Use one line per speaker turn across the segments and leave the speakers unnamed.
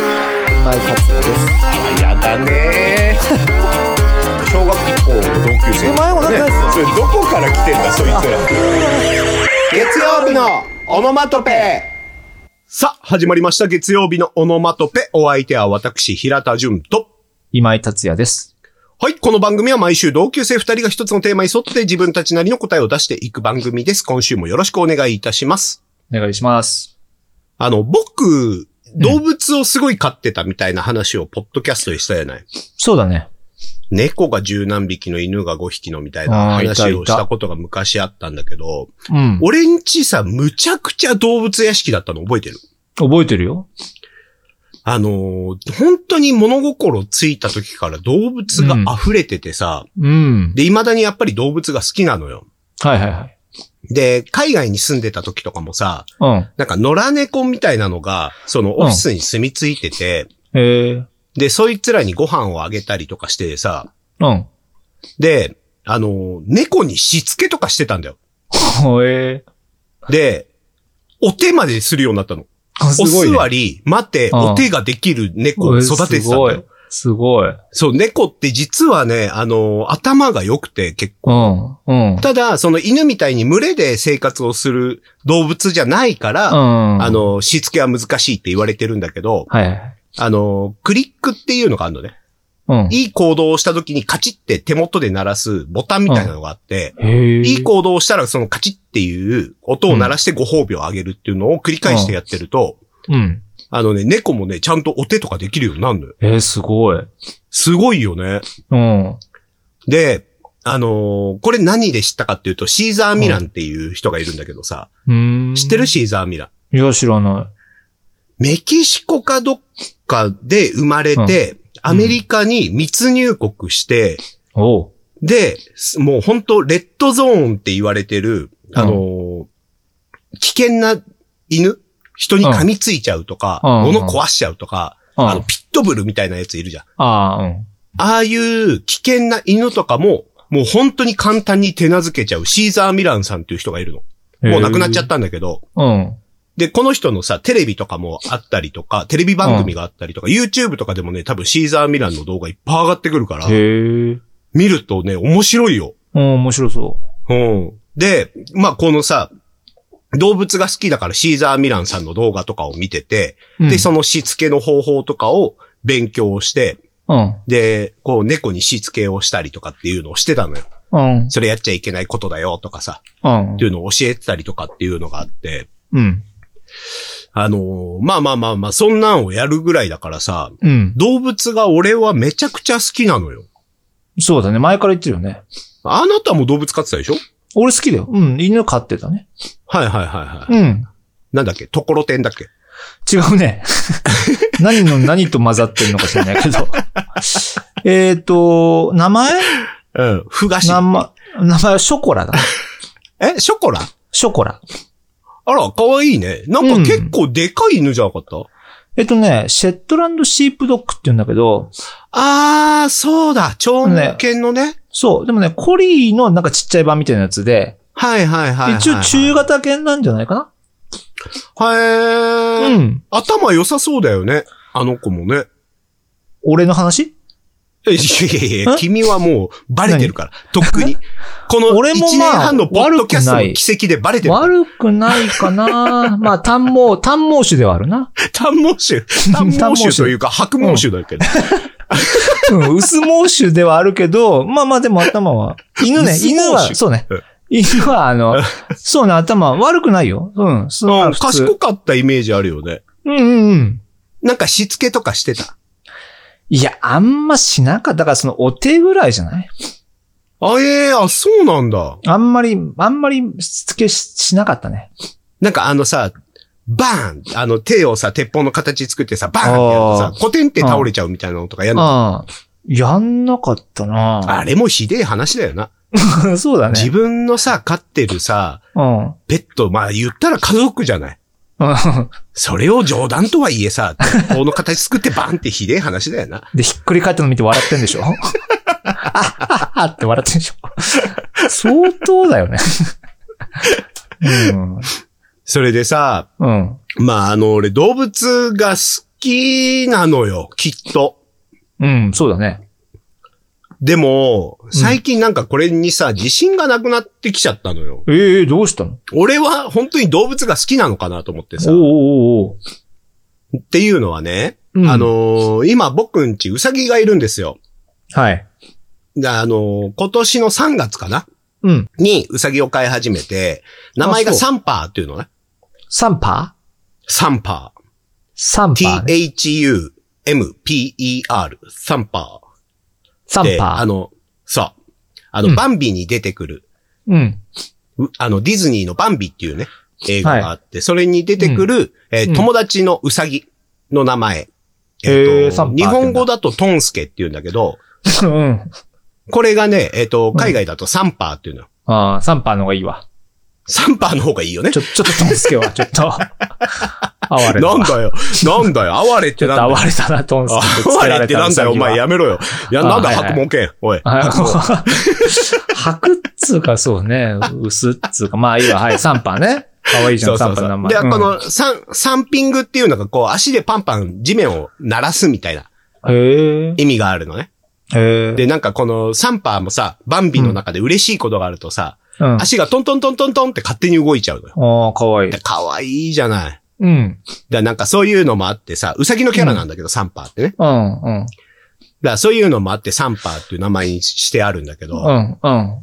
今井達也です
あやだねー小学校の同級生
お前もなんか
ねそれどこから来てんだそいつら月曜日のオノマトペさあ始まりました月曜日のオノマトペお相手は私平田純と
今井達也です。
はい。この番組は毎週同級生二人が一つのテーマに沿って自分たちなりの答えを出していく番組です。今週もよろしくお願いいたします。
お願いします。
あの、僕、動物をすごい飼ってたみたいな話をポッドキャストでしたじゃない。
そうだね。
猫が十何匹の犬が五匹のみたいな
あーいた
話を
いた
したことが昔あったんだけど、
うん。
俺んちさ、むちゃくちゃ動物屋敷だったの覚えてる
覚えてるよ。
あのー本当に物心ついた時から動物が溢れててさ、
うん。
で、未だにやっぱり動物が好きなのよ。
はいはいはい。
で、海外に住んでた時とかもさ、
うん。
なんか野良猫みたいなのが、そのオフィスに住み着いてて、
えー。
で、そいつらにご飯をあげたりとかしてさ、
うん。
で、あのー猫にしつけとかしてたんだよ。
ほえ
で、お手までするようになったの。
ー。すごい、
お
ね。
座り、待て、
うん
お手ができる猫を育ててたんだ
えー
よ。
すごい。す
そう、猫って実はね、あのー頭が良くて結構。
ごい。うん。うん。
ただ、その犬みたいに群れで生活をする動物じゃないから、
うん。
あ、の、しつけは難しいって言われてるんだけど、
はいはいはい。
あの、クリックっていうのがあるのね。
うん。
いい行動をした時にカチッって手元で鳴らすボタンみたいなのがあって、
へえ。
いい行動をしたらそのカチッっていう音を鳴らしてご褒美をあげるっていうのを繰り返してやってると、
うん。
あのね、猫もね、ちゃんとお手とかできるようになるのよ。
えー、すごい。
すごいよね。
うん。
で、あのーこれ何で知ったかっていうと、シーザー・ミランっていう人がいるんだけどさ、
うん。
知ってるシーザー・ミラン。
いや、知らな
メキシコかどっかで生まれて、アメリカに密入国して、
い。おう。
で、すもう本当レッドゾーンって言われてる、あのー危険な犬人に噛みついちゃうとか、
うん
物壊しちゃうとか、
うん。
あの、ピットブルみたいなやついるじゃん。
あー、うん。
ああいう危険な犬とかも、もう本当に簡単に手なずけちゃうシーザー・ミランさんっていう人がいるの。もう亡くなっちゃったんだけど、
た。うん。
で、この人のさ、テレビとかもあったりとか、テレビ番組があったりとか、YouTube とかでもね、多分シーザー・ミランの動画いっぱい上がってくるから、
へえ。
見るとね、面白いよ。
うん、面白そ
うん。で、まあ、このさ、動物が好きだからシーザー・ミランさんの動画とかを見てて、
う。うん
で、そのしつけの方法とかを勉強して、
うん。
で、こう猫にしつけをしたりとかっていうのをしてたのよ。
うん。
それやっちゃいけないことだよとかさ、
うん
って。いうのを教えてたりとかっていうのがあって、
うん。
あのーまあまあまあまあ、そんなんをやるぐらいだからさ、
うん。
動物が俺はめちゃくちゃ好きなのよ。
そうだね。前から言ってるよね。
あなたも動物飼ってたでしょ
俺好きだよ。うん。犬飼ってたね。
はいはいはいはい。
うん。
なんだっけところてんだっけ
違うね。 何の何と混ざってるのか知らないけど。えっと、名前
うん。ふがし。
名前、名前はショコラだ。
えショコラ
ショコラ。
あら、かわいいね。なんか
うん
結構でかい犬じゃなかった、
えっとね、シェットランドシープドッグって言うんだけど、
あー、そうだ。長犬のね。
そう、でもね、コリーのなんかちっちゃい版みたいなやつで、
はいはいはいはい、
一応中型犬なんじゃないかな
はえー、
うん。
頭良さそうだよね。あの子もね。
俺の話
いやいやいや、
え
君はもうバレてるから。とっくに。この
俺
1
も
年
まあ
半のポッドキャストの
悪くない
奇跡でバレてる。
悪くないかな まあ、短毛、短毛種ではあるな。
短毛種。 短毛種というか白毛種だけど。
うん、薄毛種ではあるけど、 まあまあでも頭は。犬ね、
薄毛種
犬は、そうね
うん。、
犬は、あの、そうね、頭悪くないよ。うん、そううん普通
賢かったイメージあるよね。
うんうんうん。
なんかしつけとかしてた。
いや、あんましなかっただから、そのお手ぐらいじゃない
あ、ええあ、そうなんだ。
あんまり、あんまりしつけししなかったね。
なんかあのさ、バーンあの手をさ、鉄砲の形作ってさ、バーンってやるとさ
あ、
コテンって倒れちゃうみたいなのとかやんの。
ああ。やんなかった
あ
な
れもひでえ話だよな。
そうだね。
自分のさ、飼ってるさ、
うん。うん
ペット、まあ言ったら家族じゃない。それを冗談とはいえ さ、鉄砲の形作ってバーンってひでえ話だよな。
で、ひっくり返ったの見て笑ってんでしょあはははって笑ってんでしょ相当だよ ね。うん。
それでさ、
うん。
まあ、あの、俺、動物が好きなのよ、きっと。
うん、そうだね。
でも、最近なんかこれにさ、自信がなくなってきちゃったのよ。
ええどうしたの
俺は本当に動物が好きなのかなと思って
お
さ。
うおうおう
っていうのはね、
うん
あのー今僕んちウサギがいるんですよ。
はい。
であのー今年の3月かな
うん。
にウサギを飼い始めて、名前が
あそう
サンパーっていうのね。
サンパー
サンパー。
サンパー、ね、
t-h-u-m-p-e-r。サンパー。
サン
で、
パ
あ
ー。
の、そう。あの、
うん
バンビに出てくる、
うん。
うあの、ディズニーのバンビっていうね、映画があって、それに出てくる、えー
うん
友達のウサギの名前。
へ
え
ー
っ
サ
と、
ンパ
日
ーって言うんだ
本語だとトンスケって言うんだけど、
うん。
これがね、えっ、と、
ん
海外だとサンパーっていうの。
ああ、サンパーの方がいいわ。
サンパーの方がいいよね
ち。ょ、ちょっとトンスケは、ちょっ と、哀れだ
なん
わ。
だよ。なんだよ。哀れっ
ち
て
ょっ
なんだ
と
よ。
哀れだな、トンスケってつけら
哀れ
れ
って
た
なんだよ。お前や
め。
めろよ。いや、
あ
なんだ、
はいはい
白文剣。おい。
はい
白門
吐くっつうか、そうね。薄っつうか。まあいいわ、はい。サンパーね。かわいいじゃ
そ
ん、
う
サ
そ
ン
う
パーの
そ
名
う。
前。
で、
うん
この、サン、サンピングっていうのが、こう、足でパンパン地面を鳴らすみたいな
へえ。
意味があるのね。
へえ。
で、なんかこの、サンパーもさ、バンビの中で嬉しいことがあるとさ、
うん。
足がトントントントントンって勝手に動いちゃうのよ。
ああ、かわいい
で。可愛いじゃない。
うん。
だなんかそういうのもあってさ、ウサギのキャラなんだけど、サンパーってね。
うん、うん。
だからそういうのもあって、サンパーっていう名前にしてあるんだけど、
うん、うん。
あ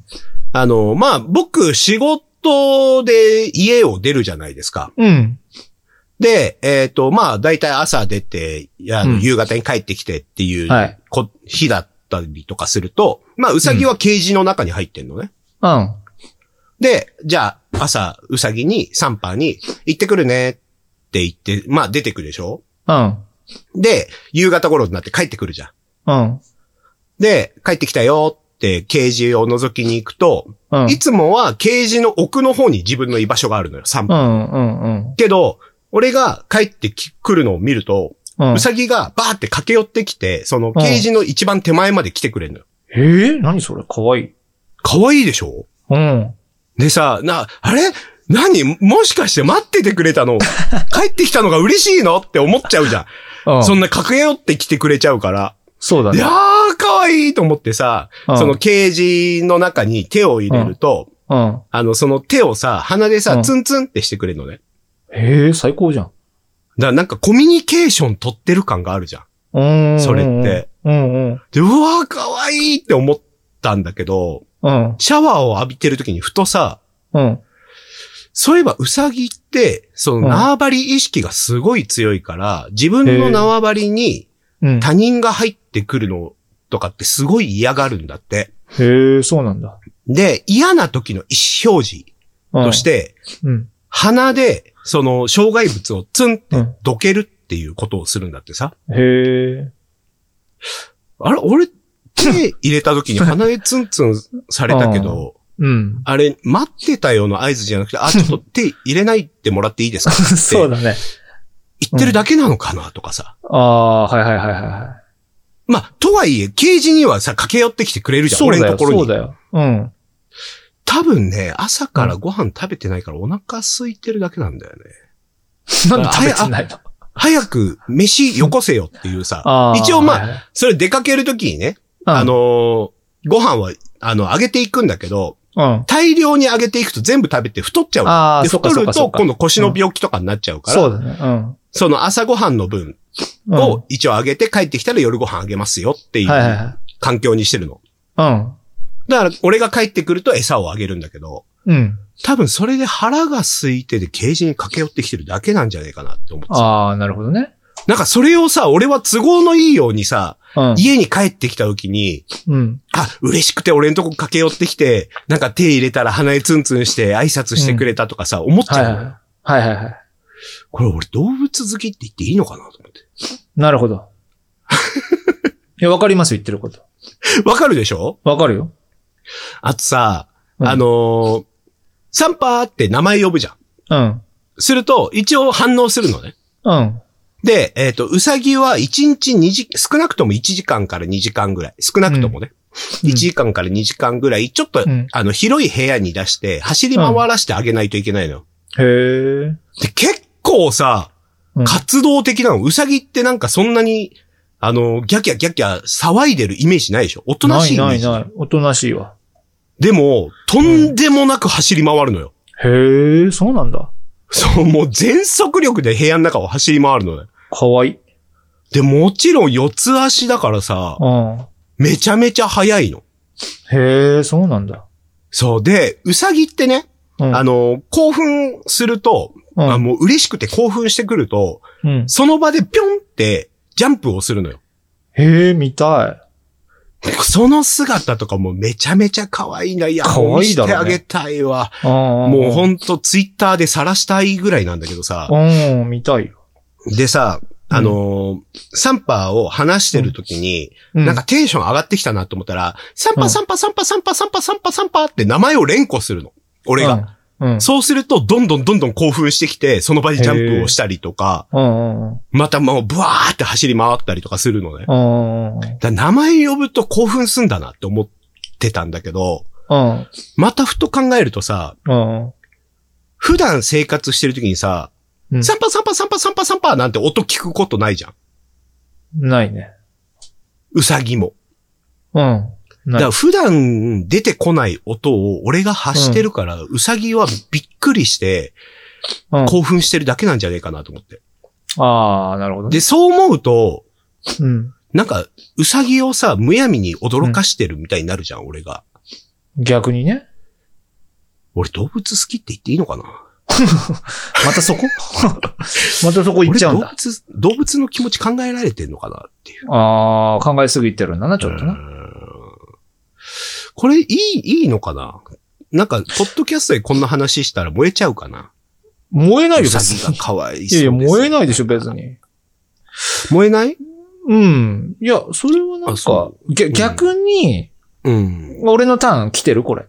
の、まあ、僕、仕事で家を出るじゃないですか。
うん。
で、えっ、と、まあ、大体朝出て、あの
うん
夕方に帰ってきてっていう、
はい
こ日だったりとかすると、まあ、うさぎはケージの中に入ってんのね。
うん。
で、じゃあ、朝、うさぎに、サンパーに、行ってくるねって言って、まあ、出てくるでしょ
うん。
で、夕方頃になって帰ってくるじゃん。
うん。
で、帰ってきたよって、ケージを覗きに行くと、
うん。
いつもはケージの奥の方に自分の居場所があるのよ、散
う
歩。
ん、うん、うん。
けど、俺が帰ってき来るのを見ると、
うん
う。さぎがバーって駆け寄ってきて、その
うん
ケージの一番手前まで来てくれるのよ。
ええ何それかわいい。
可愛いでしょ
うん。
でさ、な、あれ何もしかして待っててくれ たの帰ってきたのが嬉しいのって思っちゃうじゃ。
うんん。
そんな駆け寄ってきてくれちゃうから。
そうだ
い
ね
や。ー、可愛いと思ってさ、
うん
そのケージの中に手を入れると、
うん。
あの、その手をさ、鼻で
う
さ、
ん
ツンツンってしてくれるのね。
へえ、最高じゃん。
だからなんかコミュニケーション取ってる感があるじゃん。
うーん。
それって。
うんうん。
で、うわー、可愛いって思ったんだけど、
うん。
シャワーを浴びてる時にふとさ、
うん。
そういえばウサギって、その
うん
縄張り意識がすごい強いから、自分の縄張りに
うん。
他人が入ってくるのとかってすごい嫌がるんだって。
へえ、そうなんだ。
で、嫌な時の意思表示
うん
とし。て、
うん。
鼻で、その障害物をツンって
うん
どけるっていうことをするんだってさ。
へえ。
あれ、俺、手入れた 時に鼻でツンツンされたけど、
うん。
あれ、待ってたよの合図じゃなくて、あ、ちょっと手入れないってもらっていいです か
そうだね。
言ってるだけなのかなとかさ。
ああー、はいはいはいはいは
まあ、とはいえ、ケージにはさ、駆け寄ってきてくれる
い。
じゃん、
そう
俺
だ
の
よ、
ところ
そう
に。
だよ。うん。
多分ね、朝からご飯食べてないからお腹空いてるだけなんだよね。
なんで食べてないの
早く飯よこせよっていうさ、
ああ。
一応まあ
はいはい、
それ出かけるときにね、
うん
あの、ーご飯は、あの、あげていくんだけど、
うん。
大量に上げていくと全部食べて太っちゃうの。
あー
で
そっか
太
そっ
る
かそ
と
っか
今度腰の病気とかになっちゃうから、
そ
そ
だ
う
ね。うん。
の朝ごはんの分
うん
を一応上げて帰ってきたら夜ご飯あげますよってい
はいはいうはい。
環境にしてるの。
うん。
だから俺が帰ってくると餌をあげるんだけど、
うん。
多分それで腹が空いてでケージに駆け寄ってきてるだけなんじゃないかなって思ってさ
ああ、なるほどね。
なんかそれをさ、俺は都合のいいようにさ、
うん。
家に帰ってきた時に、
うん。
あ、嬉しくて俺のとこ駆け寄ってきて、なんか手入れたら鼻にツンツンして挨拶してくれたとかさ、思っち
はい
ゃ
は
うの
い
よ、
はい。はいはいはい。
これ俺動物好きって言っていいのかなと思って。
なるほ ど。いや、わかりますよ、言ってること。
わかるでしょ
わかるよ。
あとさ、
うん
あのーサンパーって名前呼ぶじゃん。
うん。
すると、一応反応するのね。
うん。
で、えっ、と、ウサギは1日2時、少なくとも1時間から2時間ぐらい。少なくともね。
うん
1時間から2時間ぐらい、ちょっと、
うん
あの、広い部屋に出して、走り回らしてあげないといけないのよ。
へえ。
で、結構さ、
うん
活動的なの。うさぎってなんかそんなに、あの、ギャキャギャキャ騒いでるイメージないでしょおとな
な
しい
い
イメ
な
ー
い
ジ。
ない。おとなしいわ。
でも、とんでもなく走り回るのよ。
へえ、そうなんだ。
そう、もう全速力で部屋の中を走り回るのね。
かわいい。
で、もちろん四つ足だからさ、
うん。
めちゃめちゃ速いの。
へえ、そうなんだ。
そう。で、うさぎってね、
うん。
あの、興奮すると、
うん
あもう嬉しくて興奮してくると、
うん。
その場でピョンってジャンプをするのよ。
へえ、見たい。
その姿とかもめちゃめちゃ可愛いな。いや、
可愛いだろうね
見してあげたいわ。
ああ。
もうほんとツイッターで晒したいぐらいなんだけどさ。
うん、見たいよ。
でさ、あのーサンパーを話してるときに、
うん
なんか、テンション上がってきたなと思ったら、サンパサンパサンパサンパサンパサンパサンパって名前を連呼するの。俺が。
うん。うん。
そうすると、どんどんどんどん興奮してきて、その場でジャンプをしたりとか、
うんうんうん。
またもうブワーって走り回ったりとかするのね。
うんうんうん。
だ名前呼ぶと興奮すんだなって思ってたんだけど、
うん。
またふと考えるとさ、
うん。
普段生活してる時に
う
さ、
ん
サンパサンパサンパサンパサンパなんて音聞くことないじゃん。
ないね。
うさぎも。
うん。
だ
な
か
い
ら。普段出てこない音を俺が発してるから、うさぎはびっくりして、
うん
興奮してるだけなんじゃねえかなと思って。
ああ、なるほどね。
で、そう思うと、
うん。
なんか、うさぎをさ、むやみに驚かしてるみたいになるじゃん、俺が。
逆にね。
俺動物好きって言っていいのかな
またそこ またそこ行っ
俺
ちゃうん
動
だ。
物、動物の気持ち考えられてんのかなっていう。
ああ、考えすぎてるんだな、ちょっと
うー
な。
んこれいい、いいのかななんか、ポッドキャストでこんな話したら燃えちゃうかな
燃えないよ、
う
別
さぎが
に。
かわい
いやいや、燃えないでし
ょ。
ょ、別に。
燃えない
うん。いや、それはなん
あ
か
そ、
ぎゃ逆に、
うん。
俺のターン来てるこれ。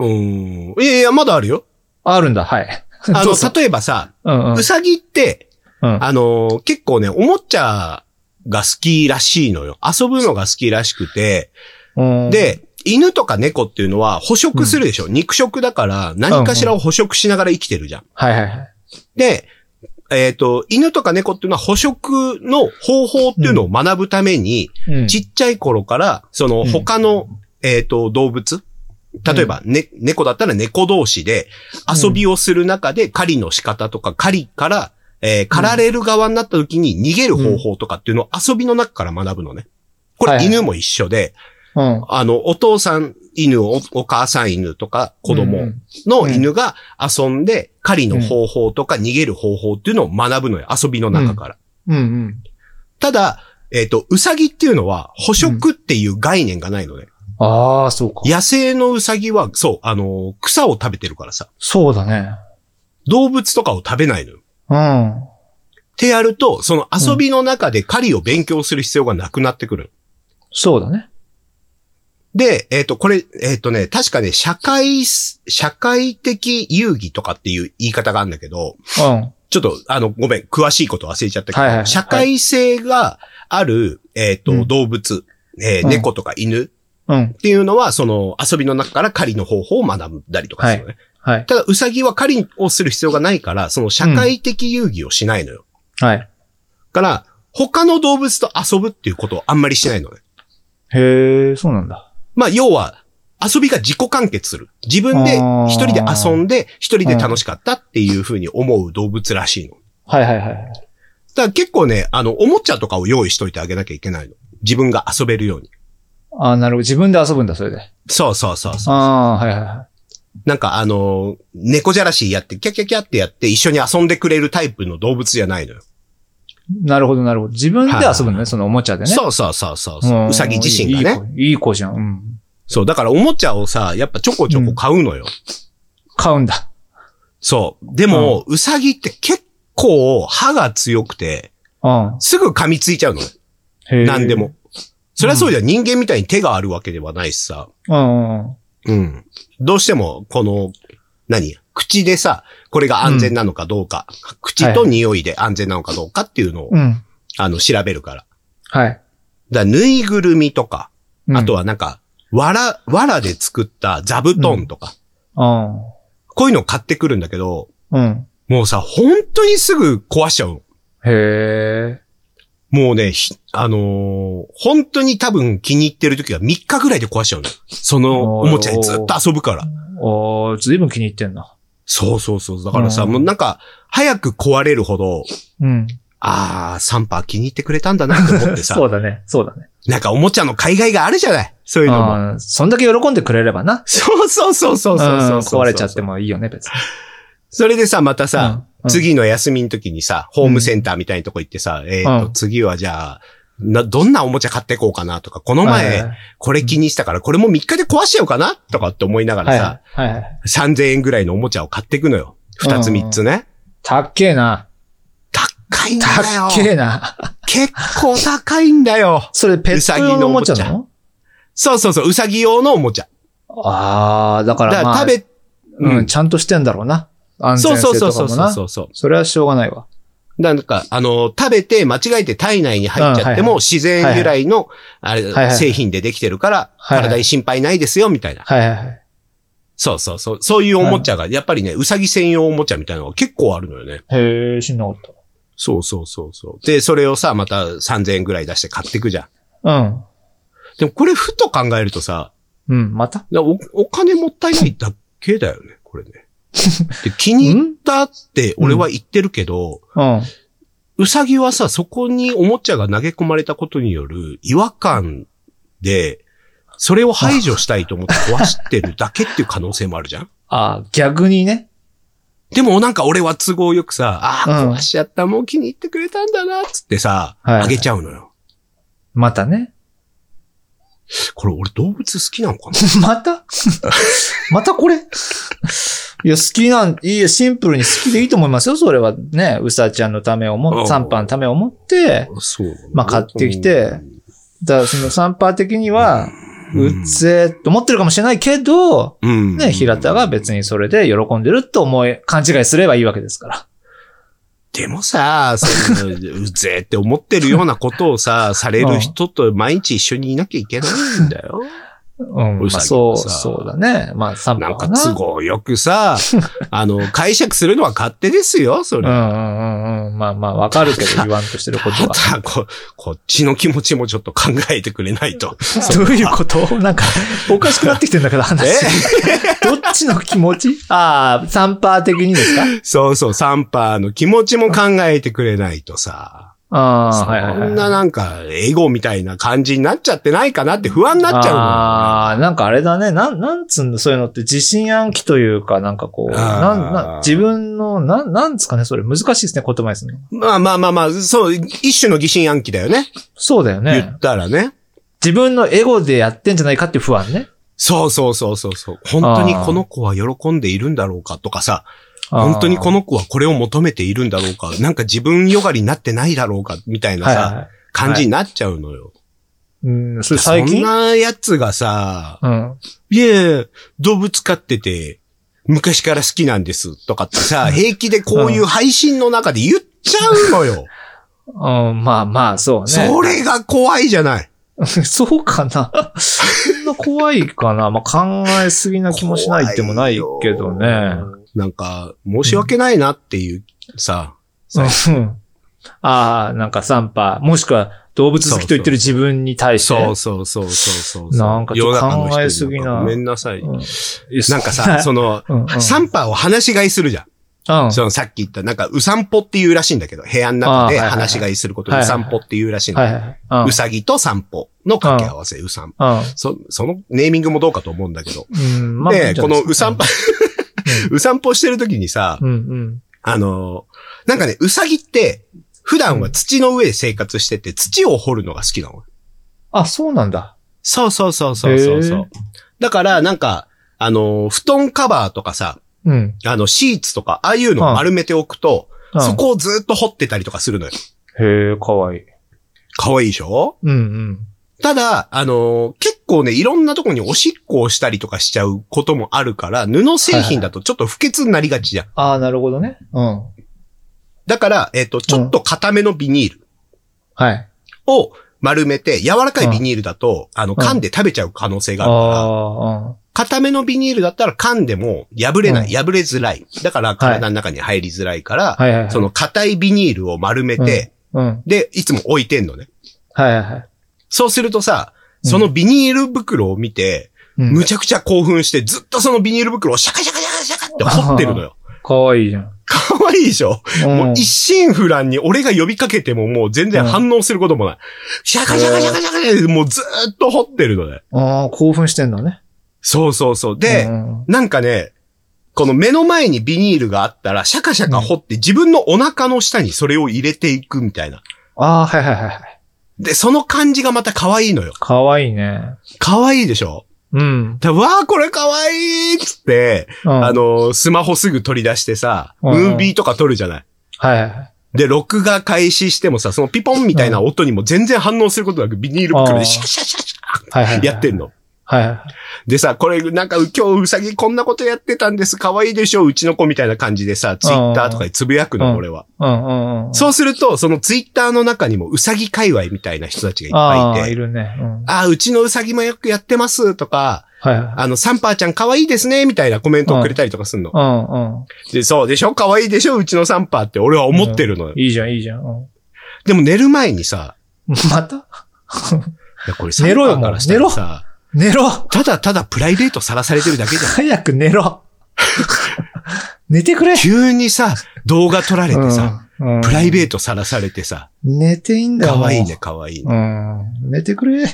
うーん。いやいや、まだあ るよ。
あるんだ、はい。
あ
どう
の
ぞ、
例えばさ、
うんうん
う。さぎって、
うん。
あのー結構ね、おもちゃが好きらしいのよ。遊ぶのが好きらしくて、
うん、
で、犬とか猫っていうのは捕食するでしょ、肉食だから何かしらを捕食しながら生きてるじゃん。
はいはいはい。
で、えっ、と、犬とか猫っていうのは捕食の方法っていうのを学ぶために、
うん
ちっちゃい頃から、その
うん
他の、えっ、と、動物例えば、ね、猫だったら猫同士で遊びをする中で狩りの仕方とか狩りから、えー、狩られる側になった時に逃げる方法とかっていうのを遊びの中から学ぶのね。こ
は
れ
い
犬も一緒で、
うん。
あの、お父さん犬、おお母さん犬とか子
う
供
ん
の犬が遊んで狩りの方法とか逃げる方法っていうのを学ぶのよ。遊びの中から。
うんうん。
ただ、えっ、と、ウサギっていうのは捕食っていう概念がないのね。
ああ、そうか。
野生のウサギは、そう、あのー草を食べてるからさ、
そうだね。
動物とかを食べないのよ。
うん。
ってやると、その遊びの中で狩りを勉強する必要がなくなってくる。
そうだね。
で、えっ、と、これ、えっ、とね、確かね、社会す、社会的遊戯とかっていう言い方があるんだけど、
うん。はい
ちょっと、あの、ごめん、詳しいこと忘れちゃったけど、
はいはい。
社会性がある、えっ、と、
うん
動物、えー
うん
猫とか犬
うん。
っていうのは、その遊びの中から狩りの方法を学んだりとかするのね。
はい。
ただ、ウサギは狩りをする必要がないから、その社会的遊戯をしないのよ。
はい。
から、他の動物と遊ぶっていうことをあんまりしないのね。
へえ、そうなんだ。
まあ、要は、遊びが自己完結する。自分で
あー
一人で遊んで、一人で楽しかったっていうふうに思う動物らしいの。
はいはいはい。
だから結構ね、あの、おもちゃとかを用意しといてあげなきゃいけないの。自分が遊べるように。
ああ、なるほど。自分で遊ぶんだ、それで。
そうそうそうそう。
ああー、はいはいはい。
なんかあの、猫じゃらしやって、キャキャキャってやって一緒に遊んでくれるタイプの動物じゃないのよ。
なるほど、なるほど。自分で遊ぶのね、そのおもちゃでね。
そうそうそうそうそうう。
ん
うさぎ自身がね。。
いいいい子いい子じゃん。うん。
そう、だからおもちゃをさ、やっぱちょこちょこ買うのよ。
買うんだ。
そう。でも、うさぎって結構歯が強くて、
うん。
すぐ噛みついちゃうのよ。
へえ。
何でも。。そりゃそうじゃん、人間みたいに手があるわけではないしさ。
うんうん。
うん。どうしても、この、何口でさ、これが安全なのかどうか、口と匂いで安全なのかどうかっていうのを、
うん。
あの、調べるから。
はい。
だからぬいぐるみとか、
うん
あと。はなんか、わら、わらで作った座布団とか、
うん。
こういうのを買ってくるんだけど、
うん。
もうさ、本当にすぐ壊しちゃうの。
へえ。
もうね、ひあのー本当に多分気に入ってる時は3日ぐらいで壊しちゃうの。そのおもちゃにずっと遊ぶから。
ああ、ずいぶん気に入ってんな。
そうそうそう。だからさ、
うん
もうなんか、早く壊れるほど、
うん。
あー、サンパー気に入ってくれたんだなと思って
そ
さ、
うだね。そうだね。
なんかおもちゃの海外があるじゃないそういうのも。
ああ、そんだけ喜んでくれればな。
そうそうそうそうそうそうそう。
ん壊れちゃってもいいよね、別に。
それでさ、またさ、
うん、
次の休みの時にさ、ホームセンターみたいなとこ行ってさ、えっ、と、
うん
次はじゃあ、な、どんなおもちゃ買ってこうかなとか、こ
お
の前、、これ気にしたから、これもう3日で壊しちゃおうかなとかって思いなが
は
ら
い。
さ、
はいはい。
3000円ぐらいのおもちゃを買っていくのよ。2つ
うん
3つね。
たっけえな。
高いんだ
たっけ
よ。
えな。
結構高いんだよ。
それペット用のおもちゃ
うさぎ
な
の
の
そうそうそう、うさぎ用のおもちゃ。
ああ、だか
だから
ま
ら
あ、
食べ、う
うんん、ちゃんとしてんだろうな。安
そう
全
そう
性
そ
と
うそ
かも
うそう
な。
そうそう。
それはしょうがないわ。
なんか、あの、食べて間違えて体内に入っちゃって
うんはいはい
も、自然由来の、あ
いはいは
れ、
い
製品でできてるから、
はいはい
体に心配ないですよ、みたいな。
はいはいはい。
そうそうそう。そういうおもちゃが、やっぱりね、うさぎ専用おもちゃみたいなのが結構あるのよね。
へえ、しんなかっ
そうそうそうそう。で、それをさ、また3000円ぐらい出して買ってくじゃん。
た。うん。
でもこれふと考えるとさ、
うん、また
なお、お金もったいないだけだよね、これね。で気に入ったって俺は言ってるけど、
うん。
うさぎはさ、そこにおもちゃが投げ込まれたことによる違和感で、それを排除したいと思って壊してるだけっていう可能性もあるじゃん
ああ、逆にね。
でもなんか俺は都合よくさ、あ
う
あ、
ん
壊しちゃった、もう気に入ってくれたんだな、つってさ、
はい
あげちゃうのよ。
またね。
これ俺動物好きなのかな
ま たまたこれいや、好きなん、いや、シンプルに好きでいいと思いますよ、それは。ね、うさちゃんのためを
う
も
ん、
サンパのためを思って、
そうなの。
まあ買ってきてだからそのサンパ的には、
うん
うっぜーと思ってるかもしれないけど、
うん、
ね、平田が別にそれで喜んでると思い、勘違いすればいいわけですから。
でもさ、そのうぜーって思ってるようなことをさ、される人と毎日一緒にいなきゃいけないんだよ。
うん、ま
う
あ
さぎはさ
そう、そうだね。まあ、散歩
なん
か
か
な。
都合よく さ、あの、解釈するのは勝手ですよ、それ。
う
た
んうんうんうん。まあまあ、わかるけど、言わんとしてることは。
だこ、こっちの気持ちもちょっと考えてくれな いと。
どういうことなんか、おかしくなってきてんだけど、 話。どっちの気持ちああ、サンパー的にですか
そうそう、サンパーの気持ちも考えてくれないとさ、
あ
そ
あ、はいはい、はい。
んななんか、エゴみたいな感じになっちゃってないかなって不安になっちゃ
ああ、なんかあれだね。なん、なんつうんだ、そういうのって自信暗記というか、なんかこう、
あー
なん、なん、自分の、なん、なんつうかね、それ難しいですね、言葉にするの。
うのよ。まあまあまあまあ、そう、一種の疑心暗鬼だよね。
そうだよ
言
ね
っ。たらね。
自分のエゴでやってんじゃないかっていう不安ね。
そうそうそうそうそう。本当にこの子は喜んでいるんだろうかとかさ、
あー
本当にこの子はこれを求めているんだろうか、なんか自分よがりになってないだろうか、みたいな
はい
さ、
はいはい。
感じになっちゃうのよ。
うん、それ最
そん
近
なやつがさ、
うん。
いや動物飼ってて、昔から好きなんですとかってさ、平気でこういう配信の中で言っちゃうのよ。
うん、まあまあ、そうね。
それが怖いじゃない。
そうかなそんな怖いかなまあ、考えすぎな気もしないでもないけどね。
なんか、申し訳ないなっていう、さ、
うん。ああ、なんかサンパ、もしくは動物好きと言ってる自分に対して。
そうそうそうそうそう。
なんかちょっと考えすぎな
世の中の人にんかごめんなさい。
うん
なんか さ、その、
うんうん
サンパを話し飼いするじゃん。
うん。
そのさっき言った、なんか、うさんぽっていうらしいんだけど、部屋の
あー
中
はい
で
はいはい
話し飼いすることで
はいは
う
い
さ
はい
んぽっていうらしいん
はい
だ
はい
け
はい。
ど、うさぎと散歩の掛け合わせ、うさん。
うん。
そ、そのネーミングもどうかと思うんだけど。
うん。うん。まあいいん
で、
じゃ
こ
ない
の
ですか
うさんぽ、 うさんぽしてる時にさ、
うんうん。
あのー、なんかね、うさぎって、普段は土の上で生活してて、土を掘るのが好きなの。
あ、そうなんだ。
そうそうそうそうそうそ
へ
う
ー。
だから、なんか、あのー、布団カバーとかさ、
うん。
あの、シーツとか、ああいうのを丸めておくと、
うん
そこをずっと掘ってたりとかするのよ。
へえ、かわいい。
かわいいでしょ
うんうん。
ただ、あのー結構ね、いろんなとこにおしっこをしたりとかしちゃうこともあるから、布製品だとちょっと不潔になりがちじゃん。
ああ、なるほどね。うん。
だから、えっ、と、ちょっと硬めのビニール
はい。
を丸めて、柔らかいビニールだと、あの、
うん
噛んで食べちゃう可能性が
あ
あるから、
あ、
固めのビニールだったら噛んでも破れない、破れづらい。だから体の中に入りづらいから、
はいはいはい。
その硬いビニールを丸めて、
うん。
で、いつも置いてんのね。
はいはいはい。
そうするとさ、
うん
そのビニール袋を見て、
うん
むちゃくちゃ興奮して、ずっとそのビニール袋をシャカシャカシャカシャカって掘ってるのよ。
かわいいじゃん。
かわいいでしょ、もう一心不乱に俺が呼びかけてももう全然反応することもない。シャカシャカシャカシャカシャカってもうずーっと掘ってるのね。
ああ、興奮してんだね。
そうそうそう。で、
うん
なんかね、この目の前にビニールがあったら、シャカシャカ掘って自分のお腹の下にそれを入れていくみたいな。
ああ、はいはいはいはい。
で、その感じがまた可愛いのよ。
かわいいね。
可愛いでしょ
うん。
でわあ、これ可愛いっつって、
うん
あ、のースマホすぐ取り出してさ、
うん
ムービーとか撮るじゃない。
はいはいはい。
で、録画開始してもさ、そのピポンみたいな音にも全然反応することなく、ビニール袋でシャシャシャシ
はいはいは
ャ
い。
やってんの。
はいはいはい。
でさ、これなんか今日うさぎこんなことやってたんです、可愛いでしょ、うちの子みたいな感じでさ、ツイッターとかでつぶやく
う
の、
ん
俺は。
うんうんうん。
そうすると、そのツイッターの中にもうさぎ界隈みたいな人たちがいっ
あ
ぱ
あ、
い
い
いて、
るね。うん。
ああ、うちのうさぎもよくやってますとか、
はいはい。
あの、サンパーちゃん可愛いですね、みたいなコメントをくれたりとかするの。
うんうん。
で、そうでしょ可愛いでしょうちのサンパーって俺は思ってるのよ。
いいじゃん、いいじゃん。うん、
でも寝る前にさ、
また
いやこれサン
寝ろよ
パーからしたらさ、
寝ろ
ただただプライベートさらされてるだけじゃん。
早く寝ろ 寝てくれ
急にさ、動画撮られてさ、
うんうん
プライベートさらされてさ、
寝ていいんだよ。
可愛いね、可愛いね。
うん。寝てくれ。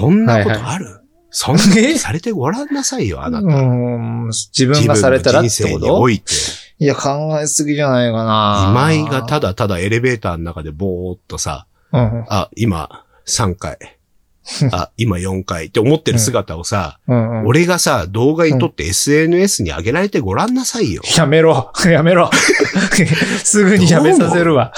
こんなことある、そんなことされてごらんなさいよ、あなた。
うん。自分
自
がさ
分の
れたらって
人生
こ
に
と
おいて、
いや、考えすぎじゃないかな。
今井がただただエレベーターの中でぼーっとさ、
うん。
あ、今3回、あ、今4回って思ってる姿をさ、
うん。
俺がさ、動画に撮って SNS に上げられてごらんな さいよ。
やめろ。やめろ。 すぐにやめさせるわ。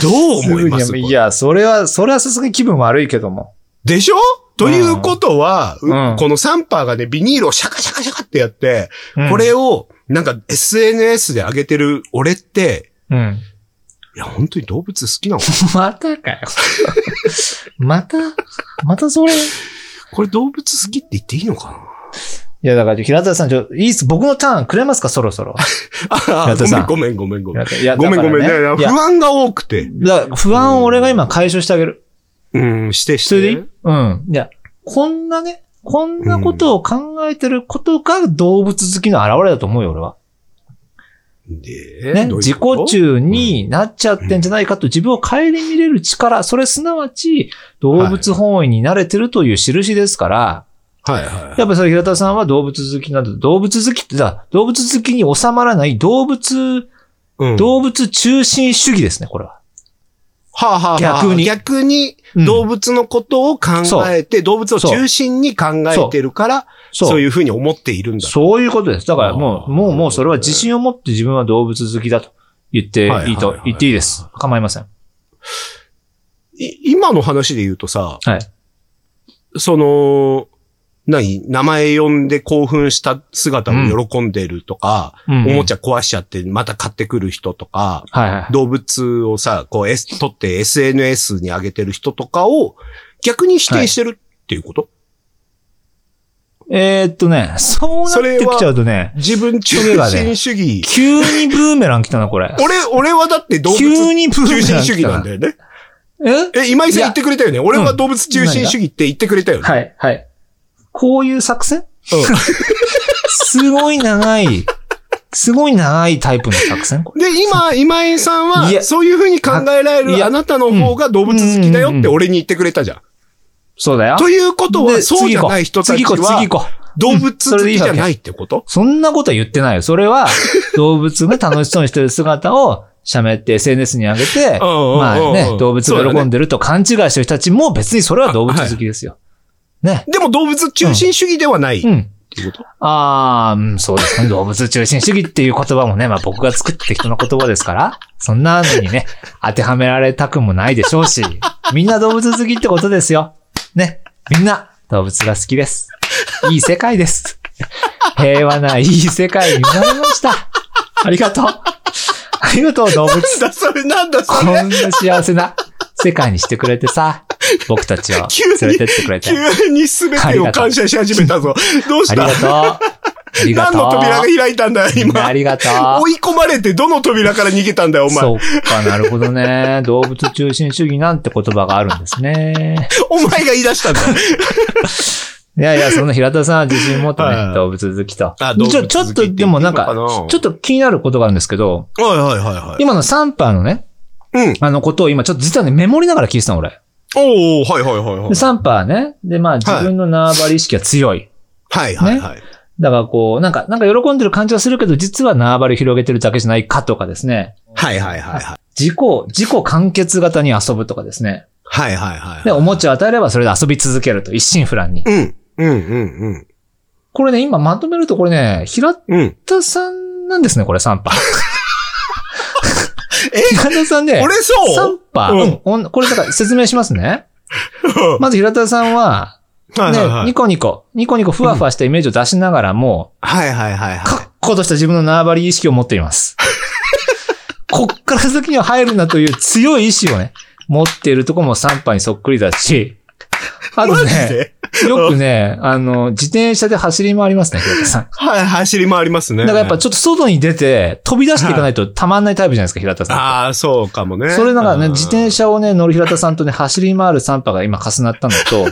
どう思いますす
ぐにやめ
こ
い
れ
や、それは、それはさすがに気分悪いけども。
でしょということは、
うん
うこのサンパーがね、ビニールをシャカシャカシャカってやって、
うん
これ、を、なんか SNS で上げてる俺って、
うん。
いや、本当に動物好 きなの
またかよ。またまたそれい
これ動物好きって言っていいのか
や、だから、平田さん、ちょ、いいっす。僕のターンくれますか、そろそろ。
なあ
や
あ、
ださ
ごめんごめんごめん
いや、
ごめん。ごめんごめん。
だ
ね、
からねい
不
や
安が多くて。
だから不安を俺が今解消してあげる。
うん、してして。
それでいいうん。いや、こんなね、こんなことを考えてることが動物好きの表れだと思うよ、俺は。
で
ね、
どうい
自
う
己
こと
中になっちゃってんじゃないかと自分を顧みれる力、それすなわち動物本位に慣れてるという印ですから、
はいはい。
やっぱりそれ平田さんは動物好きなんだ。動物好きってさ、動物好きに収まらない動物、
うん
動物中心主義ですね、これは。
はあ、はあはあ、
逆に
逆に、
うん
動物のことを考えて、動物を中心に考えてるから、そう
そう
いうふうに思っているんだ。
そういうことです。だからも
あー
う、もう、もうそれは自信を持って自分は動物好きだと言っていい
はいはいはい
と
は、い
言っていいです。構いません。
い今の話で言うとさ、
はい。
その、何名前呼んで興奮した姿を喜んでるとか、
うん
おもちゃ壊しちゃってまた買ってくる人とか、
はいはいはい。
動物をさ、こう、S、撮って SNS に上げてる人とかを逆に否定してるっていうこと、
えーっとね、そうなってきちゃうとね、
自分中心主義。
急にブーメラン来たな、これ。
俺、俺はだって動物
急
中
にブーメラン来た。
心主義なんだよね。
え
え、今井さん言ってくれたよね。俺は動物中心主義って言ってくれたよね。
はい、はい。こういう作戦すごい長い、すごい長いタイプの作戦こ
うんで、今、今井さん
い
は、
や
そういう風に考えられ
い
る
や
あなたの方が動物好きだよ
うんうん
っ
うん
て俺に言ってくれたじゃん。
れそうだよ。
ということは、
で
そうじゃない人た
次
ち
行こう、次
は、
行こう。
動物好きじゃないってこと
そんなことは言ってないよ。それ は、動物が楽しそうにしてる姿を、しゃべって SNS に上げて、
うんうんうんうん
まあね、動物
そうだ
が
ね
喜んでると勘違いしてる人たちも別にそれは動物好きですよ。ね。
でも動物中心主義ではないっ
うん。
てこと
ああ、うん、そうですね。動物中心主義っていう言葉もね、まあ僕が作って人の言葉ですから、そんなのにね、当てはめられたくもないでしょうし、みんな動物好きってことですよ。ね。みんな動物が好きです。いい世界です。平和ないい世界になりました。ありがとう。ありがとう、動物。
なんだそれなんだそ
こん
れ
な幸せな世界にしてくれてさ、僕たちを
急に
連れてってくれて。あ
急に全てを感謝し始めたぞ。どうし
りが
た
とう。ありが
何
とう。
の扉が開いたんだ、
みんな
今
あ。りがとう。
追い込まれてどの扉から逃げたんだよ、お前。
そっか、なるほどね。 動物中心主義なんて言葉があるんですね。
お前が言い出したんだ。
いやいや、その平田さんは自信持って
は
ね、
い
動物好きと。
あ動物
ちょ、
好き
ちょっと、でもなん
って言っていいのか
か
な、
ちょっと気になることがあるんですけど、
はいはいはい
今のサンパーのね、
はい。うん。
あのことを今ちょっと実はね、メモりながら聞いてたの俺。
おー、はいはいはいはい
で、。サンパーね。で、まあ自分の縄張り意識は強い。
はいはいはい。
だからこう、なんか、なんか喜んでる感じはするけど、実は縄張りを広げてるだけじゃないかとかですね。
はいはいはいはい。
自己、自己完結型に遊ぶとかですね。
はいはいはい
で、
は
おもちゃを与えればそれで遊び続けると。一心不乱に。
い。うん。うんうんうん。
これね、今まとめるとこれね、平
うん。
田さんなんですね、これ、サンパ。 平田さんね、
俺
サ
そう
ンパ。
うん
うんおんこれだから説明しますね。
うん
まず平田さんは、
はい
ね
はいは、い
ニコニコ、ニコニコふわふわしたイメージを出しながらも、
はいはいはいは
かっことした自分の縄張り意識を持ってい ます。こっから先には入るなという強い意志をね、持っているとこもサンパにそっくりだし、あ
い。
と
マジ
ね、
で
よくね、あの、自転車で走り回りますね、平田さん。
はい、走り回りますね。
だからやっぱちょっと外に出て、飛び出していかないとたまんないタイプじゃないですか、平田さん。
ああ、そうかもね。
それだからね、自転
車。
車をね、乗る平田さんとね、 走り回るサンパが今重なったのと、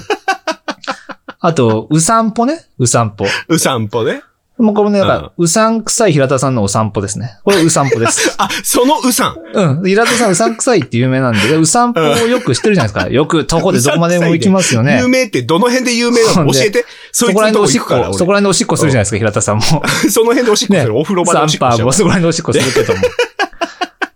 あと、うさんぽね、うさんぽ。
う散歩ね。
もうこれね、やっぱ、うさんくさい平田さんのお散歩ですね。これうさんぽ です。
あ、そのうさん。
うん。平田さんうさんくさいって有名なんで、でうさんぽをよく知ってるじゃないですか。よく、徒歩でどこまでも行きますよね
有。名ってどの辺で有名なの
そう
教
ね
えて。
そ
そいつ
こら辺
の
で
と
お
こ
しっ
行くから、
こ、
俺。
そ
そ
こら辺でおしっこするじゃないですか、平田さんも。
の辺でおしっこする。お風呂場で
サ
お
ン
しっ
パ
こし
ー
ちゃ
も
う。
そこら辺でおしっこするけど も。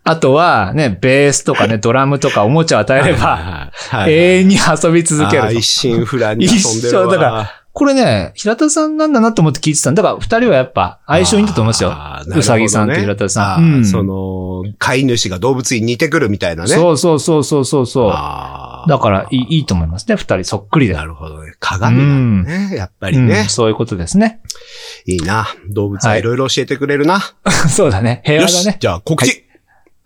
あとは、ね、ベースとかね、ドラムとかおもちゃを与えれば、
はいはいはい
永遠に遊び続ける
あー
と
一。心不乱に遊んでる
一生、
わ
だから、これね、平田さんなんだなと思って聞いてたんだから、二人はやっぱ相性いいんだと思うんですよ
あー。なるほどね
うさぎさんと平田さ
あ
ん。
ー
うん
その、飼い主が動物に似てくるみたいなね。う。
そうそうそうそうそうそう。
あ
だ
あ。
からいい、いいと思いますね。二人そっくりで。
なるほどね。鏡なんだね。やっぱり
う
ね
ん。そういうことですね。
いいな。動物はいろいろ教えてくれるな。
そうだね。平
よ
和だ
し。
ね。
じゃあ告知。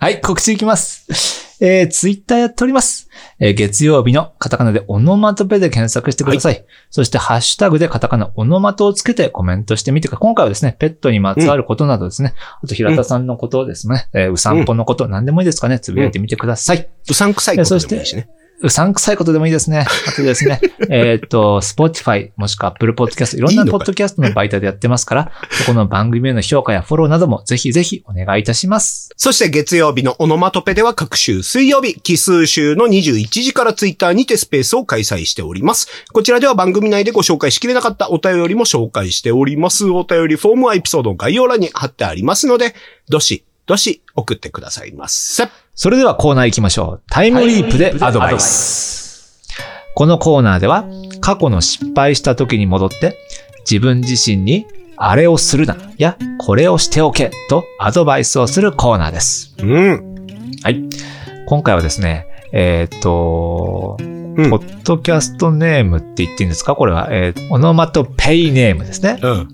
はい、告知いきます。えー、ツイッターやっております。えー、月曜日のカタカナでオノマトペで検索してください。そして、ハッシュタグでカタカナオノマトをつけてコメントしてみてください。今回はですね、ペットにまつわることなどですね、あと平田さんのことをですね、うえー、うさんぽのこと、何でもいいですかね、つぶやいてみてください。
うさんくさいことでもいいしね。
うさんくさいことでもいいですね。あとです ね、えっと、Spotify もしくは Apple Podcast、いろん
いい
な
のか
ポ
い
ッドキャストの媒体でやってますから、そこの番組への評価やフォローなどもぜひぜひお願いいたします。
そして月曜日のオノマトペでは各週水曜日、奇数週の21時からツイッターにてスペースを開催しております。こちらでは番組内でご紹介しきれなかったお便りも紹介しております。お便りフォームはエピソードの概要欄に貼ってありますので、どし、どし送ってくださいませ。
それではコーナー行きましょう。タイムリープでアドバイス。このコーナーでは、過去の失敗した時に戻って、自分自身に、あれをするな、や、これをしておけ、とアドバイスをするコーナーです。
うん。
はい。今回はですね、えーっ、と、
ん。
ポッドキャストネームって言っていいんですかこれは、えーオノマトペイネームですね
うん。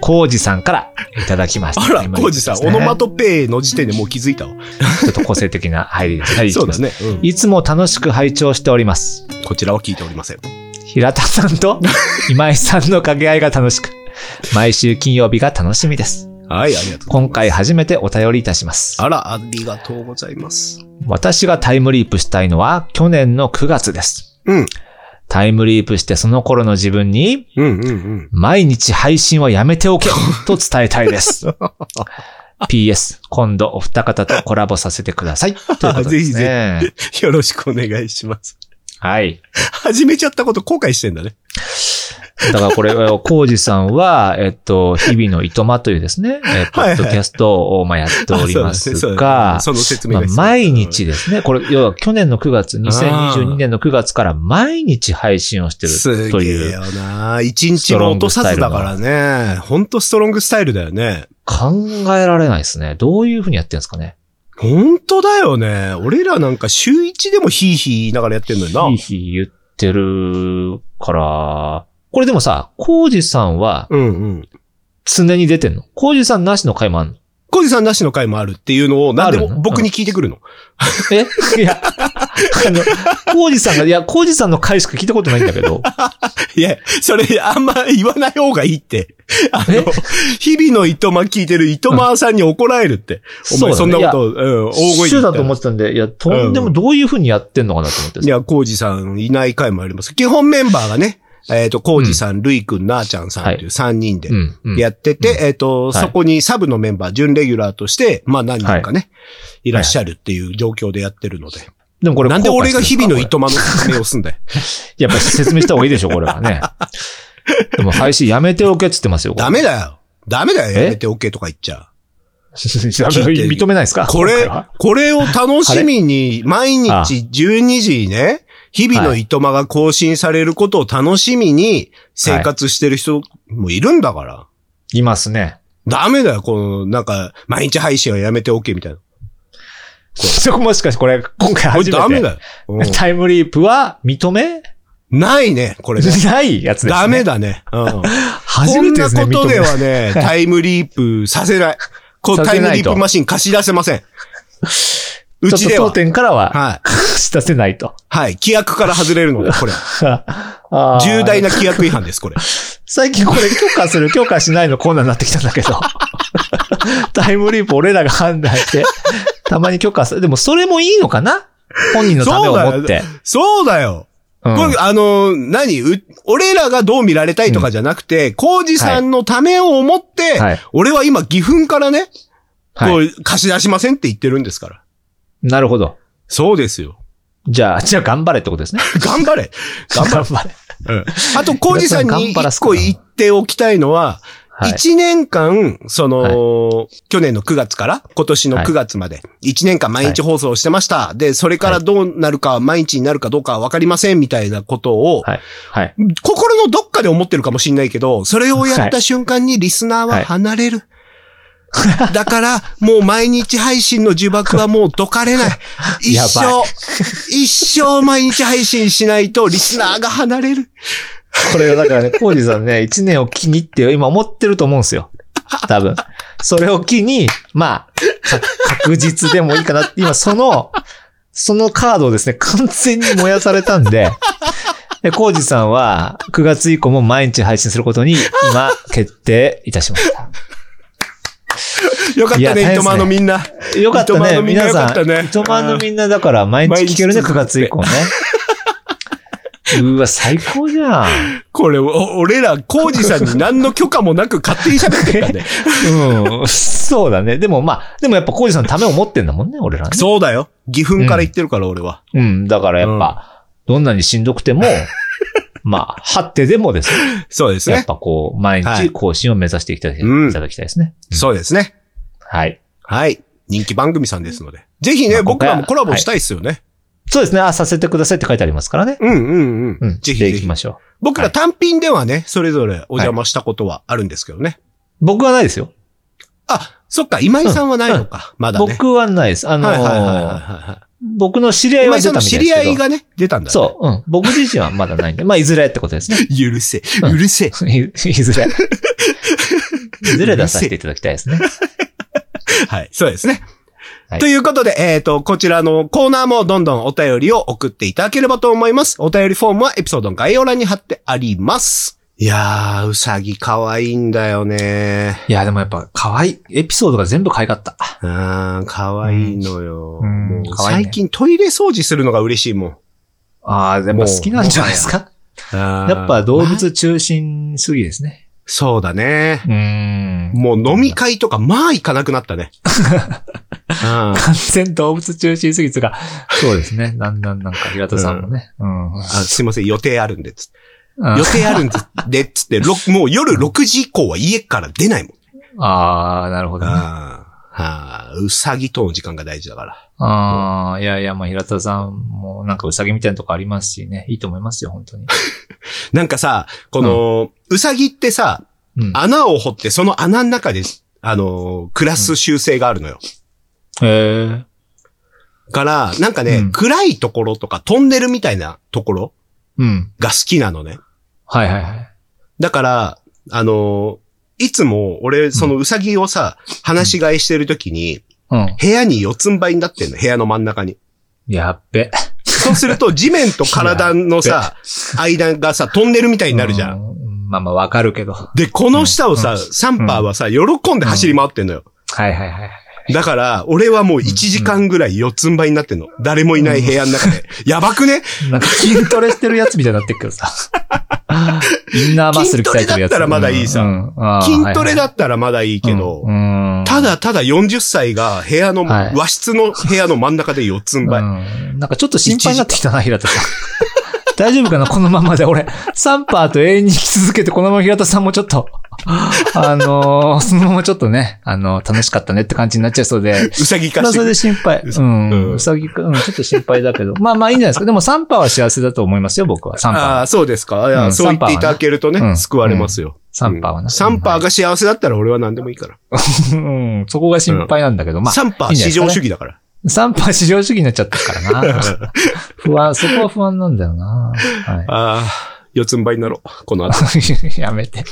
コウジさんからいただきました。
あら、
今
コウジさん、
ですね
オノマトペの時点でもう気づいたわ。
ちょっと個性的な入りですね。
そうだね。うん
いつも楽しく拝聴しております。
こちらは聞いておりません。
平田さんと今井さんの掛け合いが楽しく、毎週金曜日が楽しみです。
はい、ありがとうございます。
今回初めてお便りいたします。
あら、ありがとうございます。
私がタイムリープしたいのは去年の9月です。
うん
タイムリープしてその頃の自分に、
うんうんうん。
毎日配信はやめておけと伝えたいです。PS、今度お二方とコラボさせてください。ということですね。
よろしくお願いします。
はい。
始めちゃったこと後悔してんだね。
だからこれ、コウジさんは、えっと、日々のいとまというですね、えポ
はいはい
ッドキャストをまあやっております
あそうだねそうだ
が
ね、その説明
まあ
が必要
毎日ですね、これ、要は去年の9月、2022年の9月から毎日配信をして
す
ると
げえ
いう、
よな一日も落とさずだからね。ほんとストロングスタイルだよね。
考えられないですね。どういうふうにやってるんですかね。
ほんとだよね。俺らなんか週一でもヒーヒー言いながらやってんのにな。
ひいひい言ってるから、これでもさ、コウジさんは
うんうん。
常に出てんのコウジさんなしの回もあんの
小路さんなしの回もあるっていうのを、なんで
ある
も
の
僕に聞いてくるの。
えいや、あの、コウジさんが、いや、コウジさんの回しか聞いたことないんだけど。
いや、それあんま言わない方がいいって。あ
え
の、日々の糸間聞いてる糸間さんに怒られるって。
うん
お前
そ
そう
だ
ん
ね
なこと、うん、大声で
週
言っ
だ
たら
と思ってたんで、いや、とんでもどういう風にやってんのかなと思って
い。や、コウジさんいない回もあります。基本メンバーがね、えっ、と、コウジさん、ルイくん、なーちゃんさんという3人で
うん、うん。
やってて、えっ、と、
はい
そこにサブのメンバー、準レギュラーとして、まあ何人かね、い、らっしゃるっていう状況でやってるので。
でもこれ、
なんで俺が日々の
い
糸間の説明をすんだよ。
やっぱり説明した方がいいでしょ、これは ね。でも配信やめておけって言ってますよ。これ
ダメだよ。ダメだよ。
え
やめておけとか言っちゃう。
認めないですか
こ
今
れ
回は、
これを楽しみに、毎日12時にね、日々の糸間が更新されることを楽しみに生活してる人もいるんだから。
いますね。
ダメだよ、この、なんか、毎日配信はやめておけみたいな。
そこもしかしてこれ、今回
こ
初め
れ
て。
ダメだよ。う
タイムリープは認め
んないね、これね。
ないやつですね。
ダメだね。うん。
初めてですね、
こんなこ
認
と
め
ではね、タイムリープさせない。こう、
さ
タ
せ
イム
ない
リ
と
ープマシン貸し出せません。うちで
ょっと
は
当。店からは、
は い。
し出せないと。
はい。規約から外れるので、 これ。
あー
重大な規約違反です、これ。
最近これ許可する、 許可しないのコーナーになってきたんだけど。タイムリープ俺らが判断して、たまに許可する。でもそれもいいのかな本人のためを思って。
そうだ
うん
よ。これ、あの、何う俺らがどう見られたいとかじゃなくて、コウジさんのためを思って、
はい
俺は今、義憤からね、
はい
こう、貸し出しませんって言ってるんですから。
なるほど。
そうですよ。
じゃあ、じゃあ頑張れってことですね。
頑張れ。頑張
頑張れ。
れ。うんあと、コウジさんに
頑張ら
一
すか
個
な
言っておきたいのは、
はい。
一年間、その、去年の9月から今年の9月まで、一年間毎日放送してました。で、それからどうなるか、毎日になるかどうかはわかりませんみたいなことを、
はい。はい。
心のどっかで思ってるかもしれないけど、それをやっ
は
た瞬間にリスナー
はい
は離れる。だから、もう毎日配信の呪縛はもうどかれない。一
やば
生、一生毎日配信しないとリスナーが離れる。
これがだからね、コージさんね、一年を機にって今思ってると思うんですよ。多分。それを機に、まあ、か確実でもいいかなって、今その、そのカードをですね、完全に燃やされたんで、で、コージさんは9月以降も毎日配信することに今決定いたしました。
よかっ
い
た
や大変で
ね、
すね
糸満のみんな。
よかった
糸満
ね、
のみんな
皆
よかっ
さ
た
ん。
ね。
糸満のみんなだから毎日聞けるね、
毎日
9月以降ね。うわ、最高じゃん。
これ、お俺ら、コウジさんに何の許可もなく勝手に喋ってた ね。
うん。そうだね。でもまあ、でもやっぱコージさんのためを持ってんだもんね、俺らね。
そうだよ。義憤から言ってるから、俺は。
うん。だからやっぱ、どんなにしんどくて も、まあ、張ってでもですね。
そうです
やっ
ね。
ぱこう、毎
は
日
い
更新を目指していただきたい,、
うん
ですね。
そうですね。
はい。
はい。人気番組さんですので。ぜひ
まあ
ね、
今
僕
回は
らもコラボしたいですよね。
そうですね。あ、させてくださいって書いてありますからね。
うんうんう
うんん。。
ぜひ
で
ぜ
行き
ひ
ま。しょう。
僕
は
ら
い
単品ではね、それぞれお邪魔したことはあるんですけどね。
僕はないですよ。
あ、そっか、今井さんはないのか。まだね。
僕はないです。あのー
はいはいはいはいは
僕の知り合
い。
い
今
は
井
出
さん
た
の
みた
知
いです
り
けど。
合いがね、出たんだね。
そう。うん。僕自身はまだないんで。まあ、いずれってことですね。
許せ、
うん
許せ。
いいずれ。いずれ出させていただきたいですね。
はい、そうですね。
はい
ということで、えっ、と、こちらのコーナーもどんどんお便りを送っていただければと思います。お便りフォームはエピソードの概要欄に貼ってあります。いやー、うさぎ可愛いんだよね。
いや、でもやっぱ、可愛い。エピソードが全部可愛かった。
あー、可愛いのよ。
うん
もう
可愛いね
最近トイレ掃除するのが嬉しいもん。
ああ、で
も
も好きなんじゃないですかや
や
っぱ動物中心すぎですね。
そうだね。
うーん。
もう飲み会とか、まあ行かなくなったね。 うん
完全動物中心すぎつが、そうですね。だんだんなんか平田さんもね。うん。
あすいません、予定あるんで、つって
あ
予定あるんで、つって、ろもう夜6時以降は家から出ないもん。
あー、なるほどね。
あーあー、うさぎとの時間が大事だから。
ああ、いやいや、まあ平田さんもなんかウサギみたいなとこありますしね。いいと思いますよ、本当に。
なんかさ、この、うさぎってさ、
うん。
穴を掘って、その穴の中で、あのー、暮らす習性があるのよ。
へえ。
から、なんかね、
うん
暗いところとか、トンネルみたいなところ
うん。
が好きなのね。
はいはいはい。
だから、あのーいつも、俺、そのうさぎをさ、話し飼いしてるときに、
うん。
部屋に四つん這いになってんの、部屋の真ん中に。
やっべ。
そうすると、地面と体の さ、間がさ、トンネルみたいになるじゃん。
う。まあまあわかるけど。は
で、この下をさ、サンパーはさ、喜んで走り回ってんのよ。
いはいはい。
だから、俺はもう1時間ぐらい四つん這いになってんの。誰もいない部屋の中で。やばくね
なんか筋トレしてるやつみたいになってるけどさ。インナーマッスル鍛えてるやつ。
筋トレだったらまだいいさ筋トレだ
っ
ったらまだいいけど、
うん。
ただただ40歳が部屋の、
はい
和室の部屋の真ん中で四つん這い。
うんなんかちょっと心配になってきたな、平田さ ん。大丈夫かなこのままで。俺、サンパーと永遠に生き続けて、このまま平田さんもちょっと、あのーそのままちょっとね、あの楽しかったねって感じになっちゃい そうで。
うさぎ
そ
か
れは
し
それで心配。うん。
うん
うさぎか、うん、ちょっと心配だけど。まあまあいいんじゃないですか。でもサンパーは幸せだと思いますよ、僕は。サンパー
あ
は。
あ、そうですか。いうや
ん
そう言っていただけるとね、
サンパーはねうん
救われますよ。
サンパーはな。
サンパーが幸せだったら俺は何でもいいから。
うん、そこが心配なんだけど、まあ。
サンパ
いい
ー
んじゃないで
至
すか
上
ね
主義だから。
サンパー至上主義になっちゃった からな。不安、そこは不安なんだよな。は
ああ、四つん這いになろう。この後。
い。 やめて。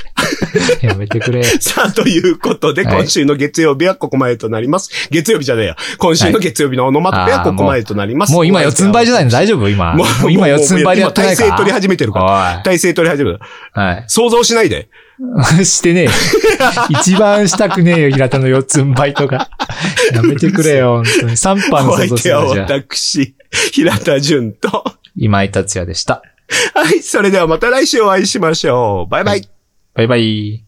やめてくれ。
さあ、ということで、
はい
今週の月曜日はここまでとなります。月曜日じゃねえや。今週の月曜日のオノマトペはここまでとなります。
もう今四つん這いじゃないの大丈夫今。もう今四つん這いでやってないか
もう今体勢取り始めてるから。体勢取り始めた。
おい。はい。
想像しないで。
して ねえよ。一番したくねえよ、平田の四つん這いとか。やめてくれよ、本当に。サンパーの
お
想像
相
す
手
る
は
のじゃ。
私、平田純と。は
今井達也でした。
い、それではまた来週お会いしましょう。バイバイ。
バイバイ。